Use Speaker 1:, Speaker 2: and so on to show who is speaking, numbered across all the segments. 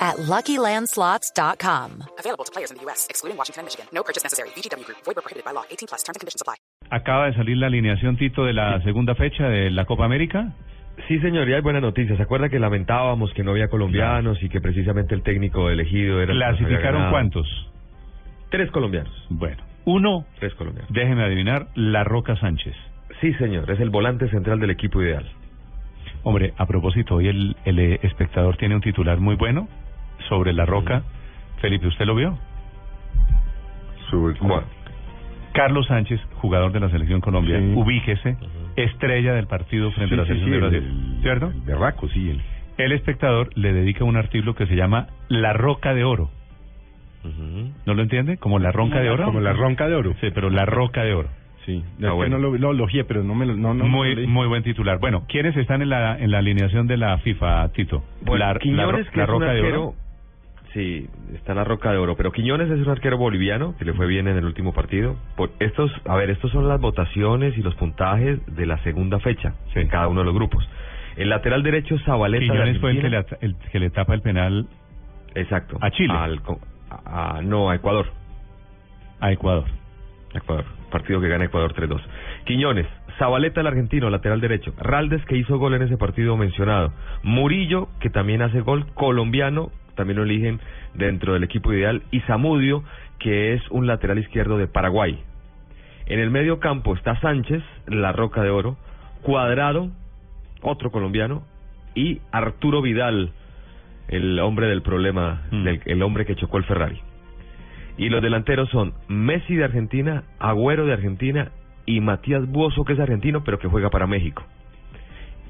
Speaker 1: at LuckyLandSlots.com.
Speaker 2: Available to players in the U.S., excluding Washington and Michigan. No purchase necessary. VGW Group. Void where prohibited by law. 18 plus. Terms and conditions apply.
Speaker 3: Acaba de salir la alineación Tito de la segunda fecha de la Copa América.
Speaker 4: Sí, señor, y hay buenas noticias. ¿Se acuerda que lamentábamos que no había colombianos y que precisamente el técnico elegido era... el que nos había
Speaker 3: ¿Clasificaron
Speaker 4: ganado?
Speaker 3: cuántos?
Speaker 4: Tres colombianos.
Speaker 3: Bueno, uno,
Speaker 4: Tres colombianos.
Speaker 3: déjeme adivinar, La Roca Sánchez.
Speaker 4: Sí, señor, es el volante central del equipo ideal.
Speaker 3: Hombre, a propósito, hoy el, el eh, espectador tiene un titular muy bueno sobre La Roca. Felipe, ¿usted lo vio?
Speaker 4: Juan.
Speaker 3: Carlos Sánchez, jugador de la Selección Colombia,
Speaker 5: Sí.
Speaker 3: ubíquese, estrella del partido
Speaker 5: Sí,
Speaker 3: frente a la
Speaker 5: sí,
Speaker 3: Selección
Speaker 5: sí,
Speaker 3: de
Speaker 5: el-
Speaker 3: Brasil,
Speaker 5: el-
Speaker 3: ¿cierto?
Speaker 5: el berraco, sí. el-
Speaker 3: El espectador le dedica un artículo que se llama La Roca de Oro. ¿No lo entiende? Como la ronca de oro.
Speaker 5: Como la ronca de oro.
Speaker 3: Sí, pero la roca de oro.
Speaker 5: Sí.
Speaker 4: Ah,
Speaker 5: Es que
Speaker 4: bueno.
Speaker 5: no lo, lo elogié, pero no me lo... No, no me lo
Speaker 3: Muy,
Speaker 5: leí.
Speaker 3: muy buen titular. Bueno, ¿quiénes están en la, en la alineación de la FIFA, Tito?
Speaker 4: Bueno,
Speaker 3: la, la
Speaker 4: Quiñones,
Speaker 3: ro-
Speaker 4: que
Speaker 3: la
Speaker 4: es un
Speaker 3: roca de
Speaker 4: arquero...
Speaker 3: oro.
Speaker 4: Sí, está la roca de oro, pero Quiñones es un arquero boliviano que le fue bien en el último partido. Por estos, a ver, estos son las votaciones y los puntajes de la segunda fecha
Speaker 3: Sí.
Speaker 4: en cada uno de los grupos. El lateral derecho Zabaleta de
Speaker 3: Quiñones fue el que, le,
Speaker 4: Argentina.
Speaker 3: at- el que le tapa el penal
Speaker 4: Exacto.
Speaker 3: a Chile.
Speaker 4: Al co- a- a- no, a Ecuador.
Speaker 3: a Ecuador.
Speaker 4: Ecuador, partido que gana Ecuador 3-2. Quiñones, Zabaleta el argentino, lateral derecho. Raldes que hizo gol en ese partido mencionado. Murillo que también hace gol, colombiano, también lo eligen dentro del equipo ideal. Y Zamudio que es un lateral izquierdo de Paraguay. En el medio campo está Sánchez, la Roca de Oro, Cuadrado, otro colombiano, y Arturo Vidal, el hombre del problema,
Speaker 3: Mm.
Speaker 4: del- el hombre que chocó el Ferrari. Y los delanteros son Messi de Argentina, Agüero de Argentina y Matías Buoso, que es argentino, pero que juega para México.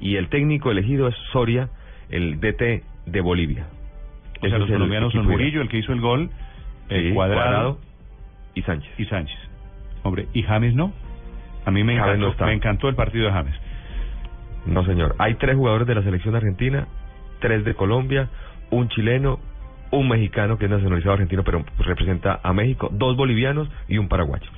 Speaker 4: Y el técnico elegido es Soria, el DT de Bolivia.
Speaker 3: O
Speaker 4: Ese
Speaker 3: sea, los
Speaker 4: es el
Speaker 3: colombianos son
Speaker 4: equipo ideal.
Speaker 3: Murillo, el que hizo el gol, el
Speaker 4: Sí,
Speaker 3: cuadrado,
Speaker 4: y Sánchez.
Speaker 3: y Sánchez. Hombre, ¿y James no? A mí me
Speaker 4: James no
Speaker 3: encantó,
Speaker 4: está.
Speaker 3: me encantó el partido de James.
Speaker 4: No, señor. Hay tres jugadores de la selección argentina, tres de Colombia, un chileno, un mexicano que es nacionalizado argentino pero representa a México, dos bolivianos y un paraguayo.